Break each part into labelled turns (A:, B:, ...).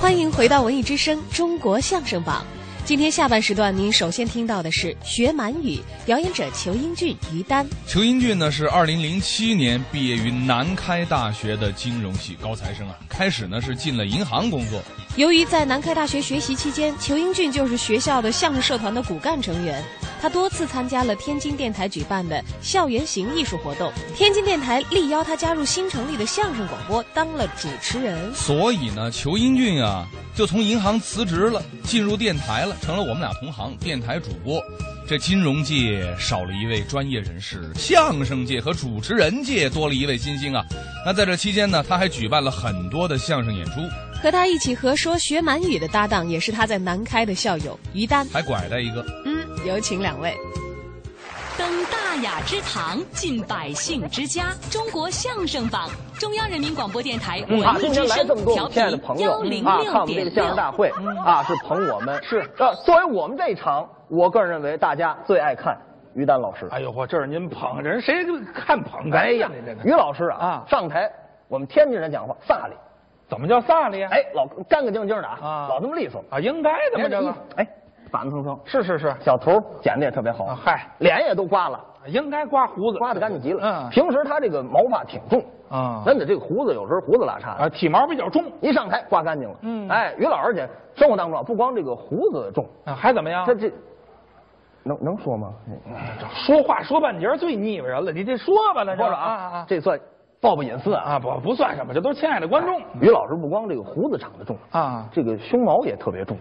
A: 欢迎回到《文艺之声·中国相声榜》。今天下半时段，您首先听到的是学满语，表演者裘英俊、于丹。
B: 裘英俊呢是二零零七年毕业于南开大学的金融系高材生啊，开始呢是进了银行工作。
A: 由于在南开大学学习期间，裘英俊就是学校的相声社团的骨干成员，他多次参加了天津电台举办的校园型艺术活动。天津电台力邀他加入新成立的相声广播，当了主持人。
B: 所以呢，裘英俊啊就从银行辞职了，进入电台了，成了我们俩同行电台主播。这金融界少了一位专业人士，相声界和主持人界多了一位新星啊。那在这期间呢，他还举办了很多的相声演出，
A: 和他一起合说学满语的搭档也是他在南开的校友于丹。
B: 还拐带一个。
A: 嗯，有请两位。
C: 登大雅之堂，进百姓之家。中国相声榜，中央人民广播电台文
D: 啊，
C: 艺
D: 今
C: 之
D: 天来
C: 声
D: 这么多
C: 调
D: 我们
C: 频
D: 亲爱的朋友
C: 幺零
D: 啊，看
C: 六
D: 我们这个
C: 点
D: 相声大
C: 六。嗯
D: 会啊，是捧我们是呃，作为我们这一场，我个人认为大家最爱看于丹老师。
E: 哎呦嚯，这是您捧人，谁看捧
D: 哎呀
E: 你这，
D: 于
E: 个
D: 老师啊
E: 啊，
D: 上台我们天津人讲话飒利，
E: 怎么叫萨利啊？
D: 哎，老干干净净的啊
E: 啊，
D: 老这么利索，
E: 啊，应该的嘛，这
D: 衣
E: 个
D: 服哎，板蹭蹭，
E: 是是是，
D: 小头剪的也特别好
E: 啊，嗨，
D: 脸也都刮了。
E: 应该刮胡子，
D: 刮的干净极了。
E: 嗯
D: 平时他这个毛发挺重
E: 啊
D: 真的这个胡子有时候胡子拉碴的
E: 啊，体毛比较重
D: 一上台刮干净了。
E: 嗯
D: 哎，于老师姐，生活当中啊，不光这个胡子重，
E: 啊，啊还怎么样
D: 他？这能能说吗？
E: 说话说半截儿最腻歪人了，你这说吧，那
D: 说
E: 这
D: 着
E: 啊
D: 啊
E: 啊，
D: 这算暴不隐私啊！
E: 啊不不算什么，这都是亲爱的观众
D: 于老师不光这个胡子长得重
E: 啊
D: 这个胸毛也特别重。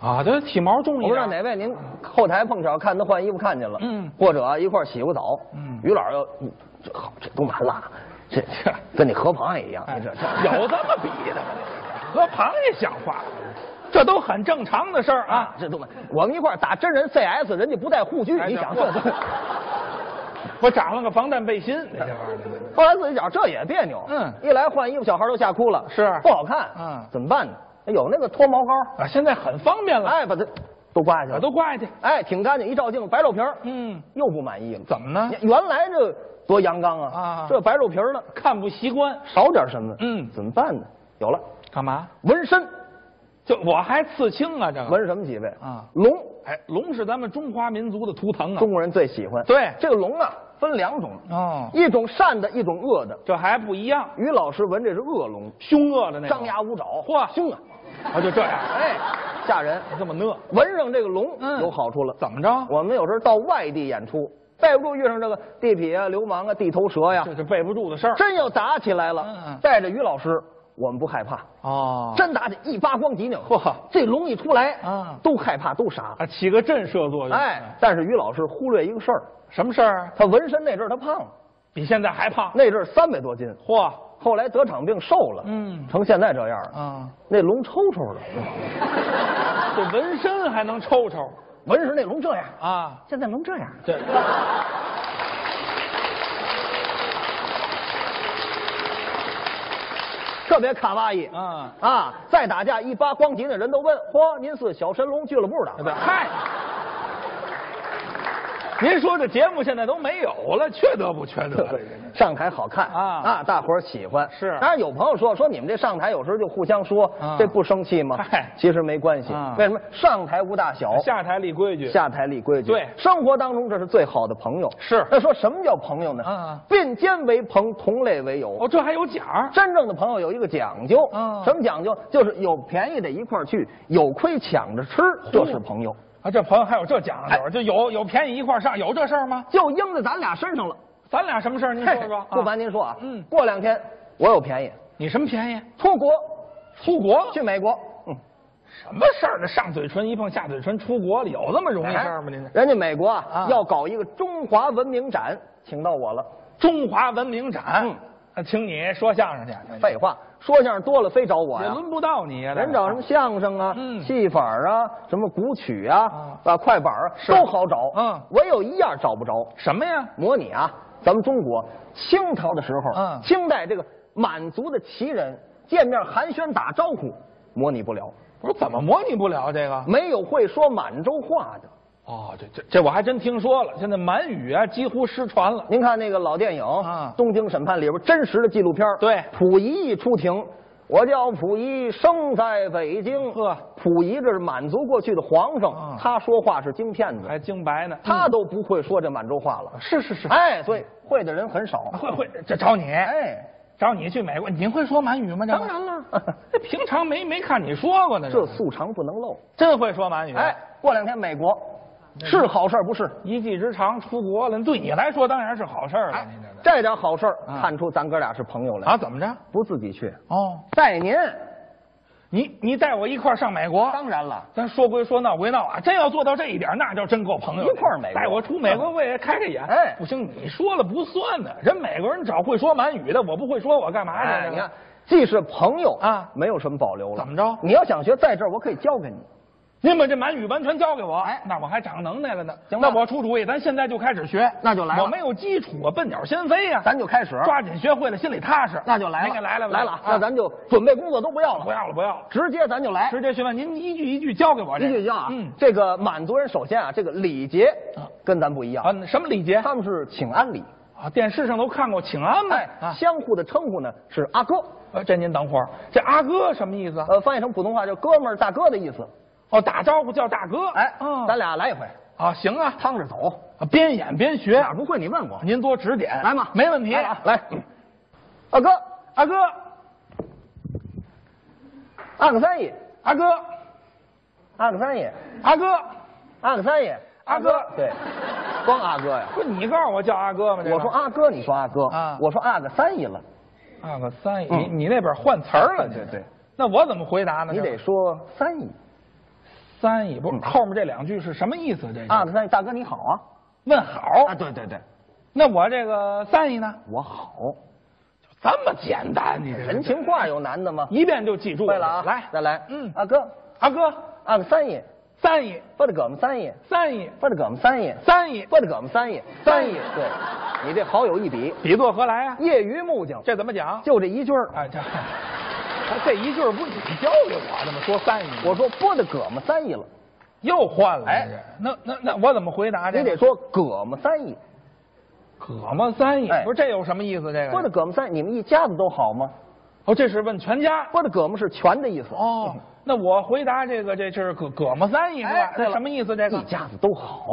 E: 啊，这体毛重
D: 我
E: 一
D: 不知道哪
E: 点。
D: 位您后台碰巧看他换衣服看见了，
E: 嗯
D: 或者啊一块儿洗过澡，
E: 嗯
D: 于老师要嗯这好这都完了，啊这这跟你河螃蟹一样，
E: 哎
D: 你这这
E: 有这么比的吗？这是和螃蟹像话吗，这都很正常的事儿 啊
D: 啊，。这都完我们一块儿打真人 CS，人家不带护具，
E: 哎
D: 你
E: 这
D: 想
E: 不
D: 这这。
E: 我长了个防弹背心，这玩意儿。
D: 后来自己觉这也别扭，
E: 嗯
D: 一来换衣服，小孩都吓哭了，
E: 是
D: 不好看，
E: 嗯
D: 怎么办呢？有那个脱毛膏，
E: 啊，现在很方便了，
D: 哎，把它都刮下去
E: 我
D: 了，
E: 都挂下去。
D: 哎，挺干净，一照镜子白肉皮儿，
E: 嗯，
D: 又不满意了，
E: 怎么呢
D: 你原来这多阳刚啊，
E: 啊
D: 这白肉皮儿呢，
E: 看不习惯，
D: 少点什么，
E: 嗯
D: 怎么办呢？有了，
E: 干嘛？
D: 纹身，
E: 就我还刺青啊，这个。
D: 纹什么几位
E: 啊
D: 龙，
E: 哎，龙是咱们中华民族的图腾啊。
D: 中国人最喜欢，
E: 对
D: 这个龙啊分两种，
E: 哦，
D: 一种善的，一种恶的。
E: 这还不一样，
D: 于老师纹这是恶龙，
E: 凶恶的那种
D: 张牙舞爪，
E: 嚯
D: 凶啊！
E: 啊，就这样，
D: 哎，吓人。
E: 这么讷，
D: 纹上这个龙
E: 嗯
D: 有好处了。
E: 怎么着？
D: 我们有时候到外地演出，备不住遇上这个地痞啊、流氓啊、地头蛇呀
E: 这，是背不住的事儿。
D: 真要打起来
E: 嗯
D: 了
E: 嗯，
D: 带着于老师，我们不害怕。
E: 哦
D: 真打起一扒光脊梁，
E: 嚯
D: 这龙一出来
E: 啊
D: 都害怕，都傻。
E: 啊，起个震慑作用。
D: 哎，，但是于老师忽略一个事儿，
E: 什么事儿？啊
D: 他纹身那阵儿他胖了，
E: 比现在还胖？
D: 那阵儿三百多斤，
E: 嚯，
D: 后来得场病瘦了，
E: 嗯
D: 成现在这样了。
E: 啊，
D: 那龙抽抽的，嗯
E: 这纹身还能抽抽
D: 纹身那龙这样，
E: 啊？
D: 现在龙这样。
E: 这
D: 特别卡哇伊
E: 啊
D: 啊！再打架一扒光脊的人都问：嚯，您是小神龙俱乐部的？
E: 嗨。您说这节目现在都没有了，缺德哎不缺 德？
D: 上台好看
E: 啊
D: 啊，大伙儿喜欢
E: 是
D: 当然有朋友说说你们这上台有时候就互相说
E: 啊，
D: 这不生气吗
E: 嗨？
D: 其实没关系
E: 啊。
D: 为什么上台无大小？
E: 下台立规矩，
D: 下台立规矩。
E: 对
D: 生活当中这是最好的朋友。
E: 是
D: 那说什么叫朋友呢？
E: 啊啊
D: 并肩为朋，同类为友。
E: 哦，这还有奖儿
D: 真正的朋友有一个讲究，
E: 啊
D: 什么讲究？就是有便宜得一块儿去，有亏抢着吃，这是朋友。
E: 啊！这朋友还有这讲究，就有有便宜一块儿上，有这事儿吗？
D: 就应在咱俩身上了。
E: 咱俩什么事儿？您说说。
D: 不瞒
E: 你，
D: 您说啊，
E: 嗯
D: 过两天我有便宜，
E: 你什么便宜？
D: 出国
E: 出国？
D: 去美国，嗯，
E: 什么事儿？这上嘴唇一碰下嘴唇，出国了有这么容易事儿吗？您这
D: 哎人家美国啊
E: 啊
D: 要搞一个中华文明展，请到我了。
E: 中华文明展
D: 嗯，
E: 啊请你说相声去。
D: 废话，说相声多了非找我
E: 也
D: 呀。
E: 轮不到你呀。
D: 人找什么相声啊、
E: 嗯
D: 戏法啊、什么古曲啊
E: 啊、
D: 啊快板啊，
E: 是
D: 都好找。
E: 嗯
D: 唯有一样找不着，
E: 什么呀？
D: 模拟啊，咱们中国清朝的时候，
E: 嗯
D: 清代这个满族的旗人见面寒暄打招呼，模拟不了，
E: 不是怎么模拟不了这个？
D: 没有会说满洲话的。
E: 哦，这这这我还真听说了，现在满语啊几乎失传了。
D: 您看那个老电影
E: 啊
D: 东京审判》里边真实的纪录片儿
E: 对
D: 溥仪一出庭，我叫溥仪，生在北京。
E: 呵
D: 溥仪这是满族过去的皇上，
E: 啊
D: 他说话是京片子，
E: 还精白呢。嗯
D: 他都不会说这满洲话了。
E: 是是是，
D: 哎，对，会的人很少。
E: 会会，这找你，
D: 哎，
E: 找你去美国，您会说满语吗？这
D: 当然了，
E: 这平常没没看你说过呢。
D: 这素常不能漏。
E: 真会说满语，
D: 哎，，过两天美国，是好事儿不是？
E: 一技之长出国了，对你来说当然是好事儿了。
D: 哎
E: 您这，
D: 这点好事儿
E: 啊
D: 看出咱哥俩是朋友来
E: 啊，，怎么着？
D: 不自己去，
E: 哦，
D: 带您。
E: 你你带我一块儿上美国，
D: 当然了，
E: 咱说归说，闹归闹啊，真要做到这一点，那叫真够朋友的。
D: 一块儿美国嗯
E: 带我出美国，我也开开眼。
D: 哎
E: 不行，你说了不算呢。人美国人找会说满语的，我不会说，我干嘛去？
D: 哎，你看，，既是朋友
E: 啊
D: 没有什么保留了。
E: 怎么着
D: 你要想学，在这儿我可以教给你。
E: 您把这满语完全交给我，哎，那我还长能耐了呢。
D: 行吧
E: 那我出主意，咱现在就开始学，
D: 那就来了
E: 我没有基础啊，笨鸟先飞呀、
D: 咱就开始
E: 抓紧学会了，心里踏实。
D: 那就来
E: 您
D: 了，
E: 给来了吧，
D: 来了啊
E: 啊，
D: 那咱就准备工作都不要了，
E: 不要了，不要了，
D: 直接咱就来。
E: 直接询问您一句一句教给我这
D: 一
E: 个。
D: 句一句啊，
E: 嗯，
D: 这个满族人首先啊，这个礼节
E: 啊
D: 跟咱不一样，
E: 啊，什么礼节？
D: 他们是哎请安礼，
E: 啊，电视上都看过，请安呗。啊，
D: 相互的称呼呢是阿哥，
E: 呃，这您等会儿，这阿哥什么意思啊？
D: 呃，翻译成普通话就哥们儿、大哥的意思。
E: 哦，打招呼叫大哥。
D: 哎，
E: 嗯，
D: 咱俩来一回，
E: 啊，行啊，
D: 趟着走，
E: 啊边演边学
D: 哪，儿不会你问我，
E: 您多指点。
D: 来嘛，
E: 没问题。
D: 来啊来，阿哥，
E: 阿哥，
D: 阿克三爷，
E: 阿哥，
D: 阿克三爷，
E: 阿哥，
D: 阿克三爷，
E: 阿哥
D: 对，光阿哥呀。
E: 不是你告诉我叫阿哥吗？这个
D: 我说阿哥，你说阿哥，
E: 啊
D: 我说阿个三爷了，
E: 阿哥啊三爷，
D: 嗯
E: 你你那边换词儿了，
D: 对对对。
E: 那我怎么回答呢？
D: 你
E: 这
D: 得说三爷，
E: 三爷不是
D: 嗯
E: 后面这两句是什么意思？这是
D: 阿个三爷，啊大哥你好啊，
E: 问好。
D: 啊，对对对，
E: 那我这个三爷呢？
D: 我好，
E: 这么简单，你这
D: 人情话有难的吗？
E: 一遍就记住
D: 会了啊，
E: 来，
D: 再来，
E: 嗯，
D: 阿哥，
E: 阿哥，
D: 阿个三爷，
E: 三爷，
D: 不得给我们三爷，
E: 三爷，
D: 不得给我们三爷，
E: 三爷，
D: 不得给我们三爷，
E: 三爷
D: 对，你这好有一比，
E: 比作何来啊？
D: 业余木匠，
E: 这怎么讲？
D: 就这一句儿，
E: 哎，这这一句儿不是你教给我的吗？说三爷，
D: 我说不得给我们三爷了，
E: 又换了。
D: 哎
E: 哎，那那那我怎么回答这
D: 你
E: 个？
D: 得说给我们三爷，
E: 葛么三爷
D: 哎，
E: 不是这有什么意思？这个
D: 不得给我们三爷，你们一家子都好吗？
E: 哦，这是问全家。
D: 不得给我们是全的意思，
E: 哦，那我回答这个，这是葛葛么三爷是
D: 嗯
E: 吧
D: 哎？对
E: 这
D: 了
E: 什么意思？这
D: 一
E: 个
D: 家子都好，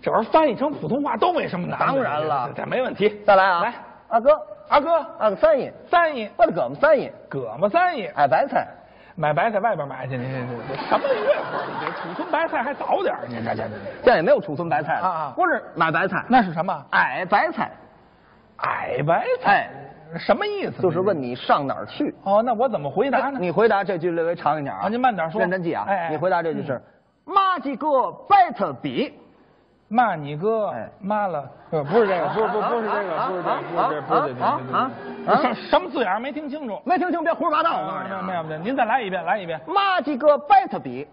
E: 这玩意儿翻译成普通话都没什么难的。
D: 当然了
E: 这这没问题。
D: 再来啊，
E: 来，
D: 阿哥，
E: 阿哥，
D: 阿个三爷，
E: 三爷，
D: 不得给我们三爷，
E: 葛么三爷，
D: 矮白菜，
E: 买白菜外边买去，您这这这什么月份儿？你这储存白菜还早点儿，您这这这
D: 现在也没有储存白菜
E: 啊啊
D: 了，不是买白菜，
E: 那是什么？
D: 矮白菜
E: 矮白菜，哎什么意思？
D: 就是问你上哪儿去。
E: 哦，那我怎么回嗯答呢？
D: 你回答这句略微长一点啊，
E: 啊您慢点说
D: 认真记啊。
E: 哎哎
D: 你回答这句是“妈几个白特比
E: 骂你哥
D: 哎，
E: 骂了，呃，不是这个，不是不
D: 啊
E: 不是这个，
D: 啊
E: 不是这个，不
D: 啊
E: 是这个，不
D: 啊
E: 是这个，
D: 啊
E: 不是这个不是这个
D: 啊啊
E: 什什么字眼儿没听清楚”，。
D: 没听清别胡说八道。我告诉
E: 没有
D: 你
E: 没
D: 啊，
E: 有没有，您再来一遍，来一遍。
D: 妈几个白特比。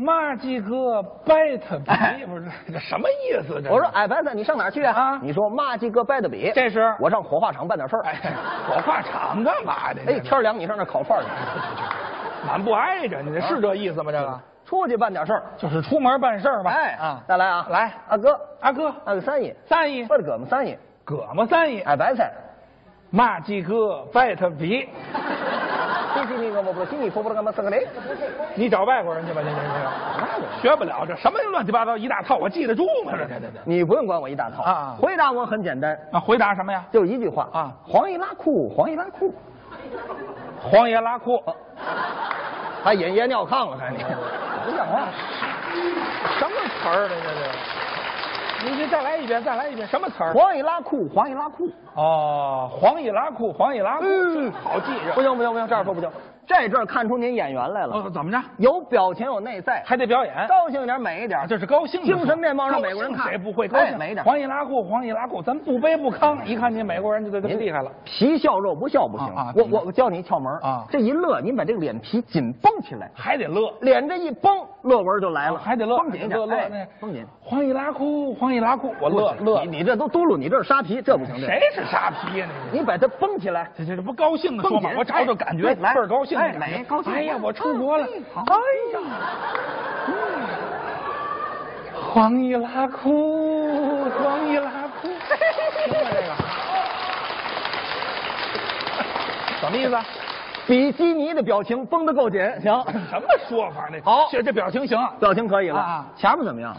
E: 骂几哥掰他
D: 哎
E: 皮，不是这什么意思？这
D: 我说矮白菜，你上哪儿去啊
E: 啊？
D: 你说妈几个白特比。
E: 这是
D: 我上火化场办点事儿。
E: 哎，火化场干嘛的？
D: 哎，天儿凉，你上那儿烤串去，
E: 满不挨着，你这是这意思吗？这个
D: 出去办点事儿。
E: 就是出门办事儿吧。
D: 啊哎
E: 啊，
D: 再来啊，
E: 来
D: 阿哥，
E: 阿哥，
D: 阿个三爷，
E: 三爷，
D: 不是哥们哎三爷，
E: 葛么三爷，
D: 矮白菜。
E: 骂几哥掰他皮，
D: 这是那个我不信你婆婆干嘛四个雷？
E: 你找外国人去吧，这这这学不了这什么乱七八糟一大套，我记得住吗？这这这这
D: 你不用管我一大套
E: 啊
D: 回答我很简单，
E: 啊！回答什么呀？
D: 就是一句话
E: 啊
D: 黄一拉裤，黄一拉裤，
E: 黄爷拉裤，
D: 还引夜尿炕了，还你，不像话。
E: 什么词儿呢？这这，你你再来一遍，再来一遍，什么词儿？
D: 黄一拉裤，黄一拉裤，
E: 哦，黄一拉裤，黄一拉裤，
D: 嗯
E: 好记
D: 不
E: 着。
D: 行不行不行，这样说不行，这阵儿看出您演员来了，
E: 哦，怎么着？
D: 有表情有内在，
E: 还得表演？
D: 高兴一点美一点
E: 啊，，这是高兴的事儿，
D: 精神面貌让美国人看
E: 高兴谁不会高
D: 哎
E: 兴？
D: 美一点
E: 黄一拉裤，黄一拉裤，咱不卑不亢，一看见美国人就这这么嗯厉害了。
D: 皮笑肉不笑不行
E: 啊啊。
D: 我我我教你一窍门儿
E: 啊
D: 这一乐，您把这个脸皮紧绷起来，
E: 还得乐，
D: 脸这一绷，乐纹就来了，
E: 哦还得乐，
D: 绷紧一点，
E: 乐乐
D: 哎
E: 那
D: 绷紧。
E: 黄一拉裤，黄一拉裤，我乐乐
D: 你。你这都嘟噜，你这是沙皮，这不行。这
E: 啊谁是傻逼呀？你
D: 你把它绷起来。
E: 这这这不高兴的啊说
D: 蹦
E: 法
D: 起，来
E: 我找找感觉，
D: 哎
E: 倍
D: 来
E: 儿高兴的
D: 哎
E: 感觉，
D: 美高兴
E: 哎呀，我出国了
D: 嗯，好
E: 哎呀，嗯黄一拉裤，黄一拉裤，
D: 嗯
E: 听过这个？什么意思啊？
D: 比基尼的表情绷得够紧，行，
E: 什么说法呢？
D: 好
E: 这这表情行。
D: 表情可以了。
E: 啊
D: 前面怎么样？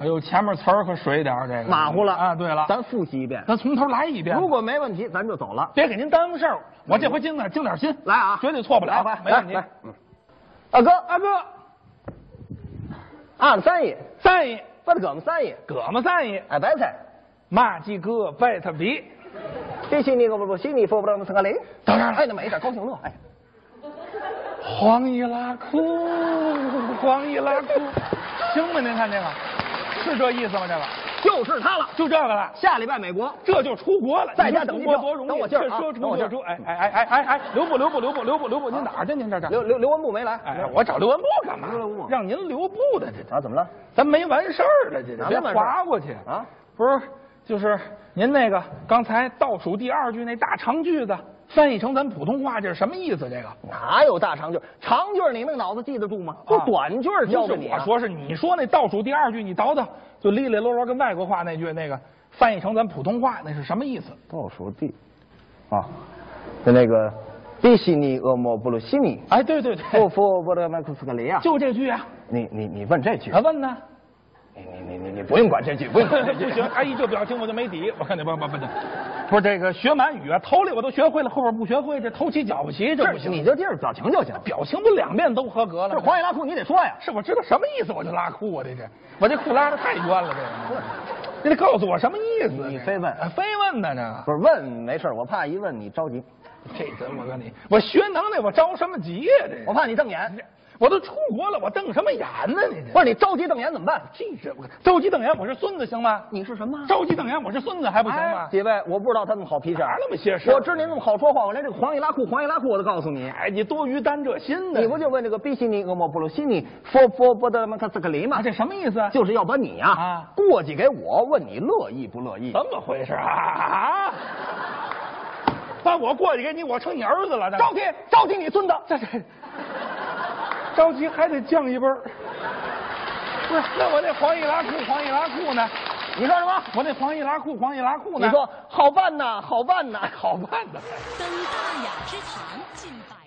E: 哎呦，前面词儿可水一点儿，这个
D: 马虎了
E: 啊。对了，嗯
D: 咱复习一遍。
E: 咱从头来一遍。
D: 如果没问题，咱就走了。
E: 别给您耽误事儿，我这回精点精点心，
D: 来啊，
E: 绝对错不了
D: 来，来
E: 没问题。
D: 来嗯大哥，
E: 大哥，
D: 按三爷，
E: 三爷，
D: 把它搁我们三爷，
E: 葛么三爷，
D: 哎，白菜，
E: 马鸡哥拜他比，
D: 必须你个不不，西你不不让我们三个雷。
E: 当然了
D: 哎，那么一点高兴乐，哎，
E: 黄一拉哭，黄一拉哭，行吗？您看这个，是这意思吗？这个
D: 就是他了。
E: 就这个了。
D: 下礼拜美国，
E: 这就出国了，
D: 在
E: 你
D: 家
E: 看
D: 等
E: 出
D: 机
E: 国
D: 票
E: 多容易，
D: 等我信儿
E: 这
D: 啊
E: 说
D: 等
E: 出
D: 我信
E: 就
D: 儿
E: 出，哎哎哎哎哎哎，留步留步留步留步留步，您哪儿去？您这这
D: 刘刘刘文步没来。
E: 哎，我找刘文步干嘛
D: 刘文步？
E: 让您留步的这这，
D: 啊，怎么了？
E: 咱没完事儿了，这这
D: 哪
E: 别
D: 没完事儿
E: 划过去
D: 啊！
E: 不是，就是您那个刚才倒数第二句那大长句子翻译成咱普通话，这是什么意思？这个
D: 哪有大长句儿？长句儿你那个脑子记得住吗？就短句儿
E: 不
D: 教
E: 是
D: 啊给你
E: 我
D: 啊。
E: 说，是你说那倒数第二句，你倒倒就哩哩啰啰跟外国话那句那个翻译成咱普通话，那是什么意思？
D: 倒数第啊，就那个比西尼恶魔布鲁西尼，
E: 哎，对对对
D: 不，服布勒麦克斯克雷啊。
E: 就这句啊，
D: 你你你问这句
E: 还，问呢？
D: 你你你你你不用管这句，不用管这
E: 不
D: 句。
E: 行，阿姨这表情我就没底。我看你不不不不， 不是这个学满语啊，头里我都学会了，后边不学会，这头起脚不齐，这不
D: 是
E: 行。
D: 你就记着表情就行。
E: 表情不两面都合格了
D: 这
E: 吗？
D: 黄一拉裤你得说呀，
E: 是我知道什么意思我就拉裤啊，这这，我这裤拉的太冤了， 这个，你得告诉我什么意思啊？
D: 你
E: 这
D: 非问
E: 啊非问呢这。
D: 不是问没事儿，我怕一问你着急，
E: 这人我跟你，我学能耐，我着什么急呀、这
D: 我
E: 我
D: 怕你瞪眼。
E: 我都出国了，我瞪什么眼呢？你这
D: 不是你着急瞪眼怎么办？
E: 这人我着急瞪眼，我是孙子行吗？
D: 你是什么？啊
E: 着急瞪眼，我是孙子还不行吗
D: 哎？几位，我不知道他那么好脾气，
E: 哪那么些事儿
D: 我知您那么好说话，我连这个黄一拉裤、黄一拉裤我都告诉你。
E: 哎，你多余担这心呢？
D: 你不就问这个比西尼、恶魔、布鲁西尼、佛佛波德曼克斯克林
E: 啊？
D: 吗？
E: 这什么意思啊？
D: 就是要把你呀、
E: 啊
D: 过继给我，问你乐意不乐意？
E: 怎么回事啊？把我过去给你，我成你儿子了。着急，着急，你孙子，这这着急还得降一辈儿。不是，那我那黄易拉裤，黄易拉裤呢？
D: 你说什么？
E: 我那黄易拉裤，黄易拉裤呢？
D: 你 说好办呐，好办呐，好办。
E: 办的。
C: 登大雅之堂，进百。